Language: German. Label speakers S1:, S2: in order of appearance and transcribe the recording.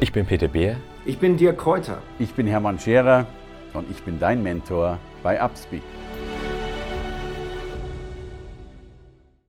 S1: Ich bin Peter Beer.
S2: Ich bin Dirk Kräuter.
S3: Ich bin Hermann Scherer und ich bin dein Mentor bei Upspeak.